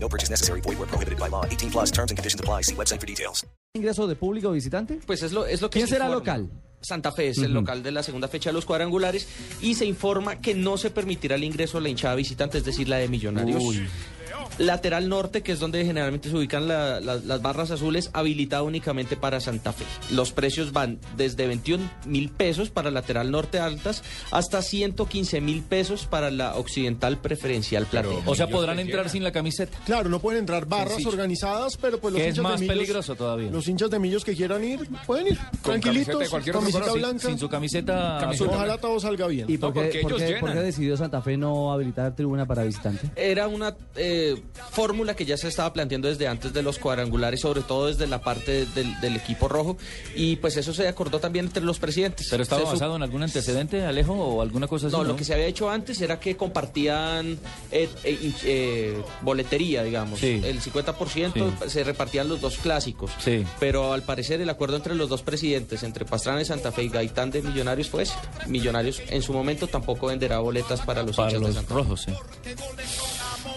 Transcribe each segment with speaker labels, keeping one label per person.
Speaker 1: No purchase necessary. Void where prohibited by law. 18 plus terms and conditions apply. See website for details.
Speaker 2: ingreso de público visitante?
Speaker 3: Pues es lo, es lo que
Speaker 2: ¿Quién
Speaker 3: se
Speaker 2: será
Speaker 3: informa.
Speaker 2: local?
Speaker 3: Santa Fe es el local de la segunda fecha de los cuadrangulares y se informa que no se permitirá el ingreso de la hinchada visitante, es decir, la de Millonarios. Lateral norte, que es donde generalmente se ubican la- la- las barras azules, habilitado únicamente para Santa Fe. Los precios van desde 21 mil pesos para lateral norte altas hasta 115 mil pesos para la occidental preferencial platea.
Speaker 4: O sea, podrán entrar sin la camiseta.
Speaker 5: Claro, no pueden entrar barras organizadas, pero pues los
Speaker 4: Que es
Speaker 5: hinchas
Speaker 4: más
Speaker 5: de Millos,
Speaker 4: peligroso todavía.
Speaker 5: Los hinchas de Millos que quieran ir, pueden ir.
Speaker 6: Con
Speaker 5: Tranquilitos,
Speaker 6: camiseta de cualquier
Speaker 5: camiseta
Speaker 6: color, sí,
Speaker 5: blanca.
Speaker 4: Sin su camiseta
Speaker 6: Camiseta
Speaker 4: azul.
Speaker 5: Ojalá todo salga bien.
Speaker 2: ¿Y
Speaker 6: No,
Speaker 2: por qué,
Speaker 6: porque
Speaker 2: por
Speaker 6: ellos
Speaker 2: qué-
Speaker 6: llenan.
Speaker 2: por qué decidió Santa Fe no habilitar tribuna para visitante?
Speaker 3: Era una eh, fórmula que ya se estaba planteando desde antes de los cuadrangulares, sobre todo desde la parte del, del equipo rojo, y pues eso se acordó también entre los presidentes.
Speaker 4: ¿Pero estaba
Speaker 3: Se su-
Speaker 4: basado en algún antecedente, Alejo, o alguna cosa así?
Speaker 3: No, lo que se había hecho antes era que compartían eh, eh, in- eh, boletería, digamos.
Speaker 4: Sí.
Speaker 3: El 50% se repartían los dos clásicos.
Speaker 4: Sí.
Speaker 3: Pero al parecer el acuerdo entre los dos presidentes, entre Pastrana de Santa Fe y Gaitán de Millonarios, fue ese. Millonarios en su momento tampoco venderá boletas para los
Speaker 4: Para
Speaker 3: hinchas de
Speaker 4: los
Speaker 3: Santa Fe.
Speaker 4: rojos, sí.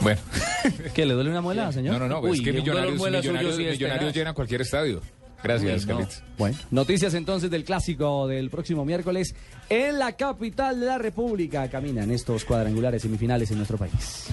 Speaker 6: Bueno,
Speaker 2: ¿Que le duele una muela, señor?
Speaker 6: no, no, no,
Speaker 4: Uy,
Speaker 6: es que
Speaker 4: un dolor
Speaker 6: Millonarios,
Speaker 4: muela suyo
Speaker 6: millonarios,
Speaker 4: sí es
Speaker 6: millonarios
Speaker 4: tenaz.
Speaker 6: llenan cualquier estadio.
Speaker 4: Uy,
Speaker 6: Gracias,
Speaker 4: no.
Speaker 6: Carlitos.
Speaker 2: Bueno, noticias entonces del clásico del próximo miércoles en la capital de la República. Caminan estos cuadrangulares semifinales en nuestro país.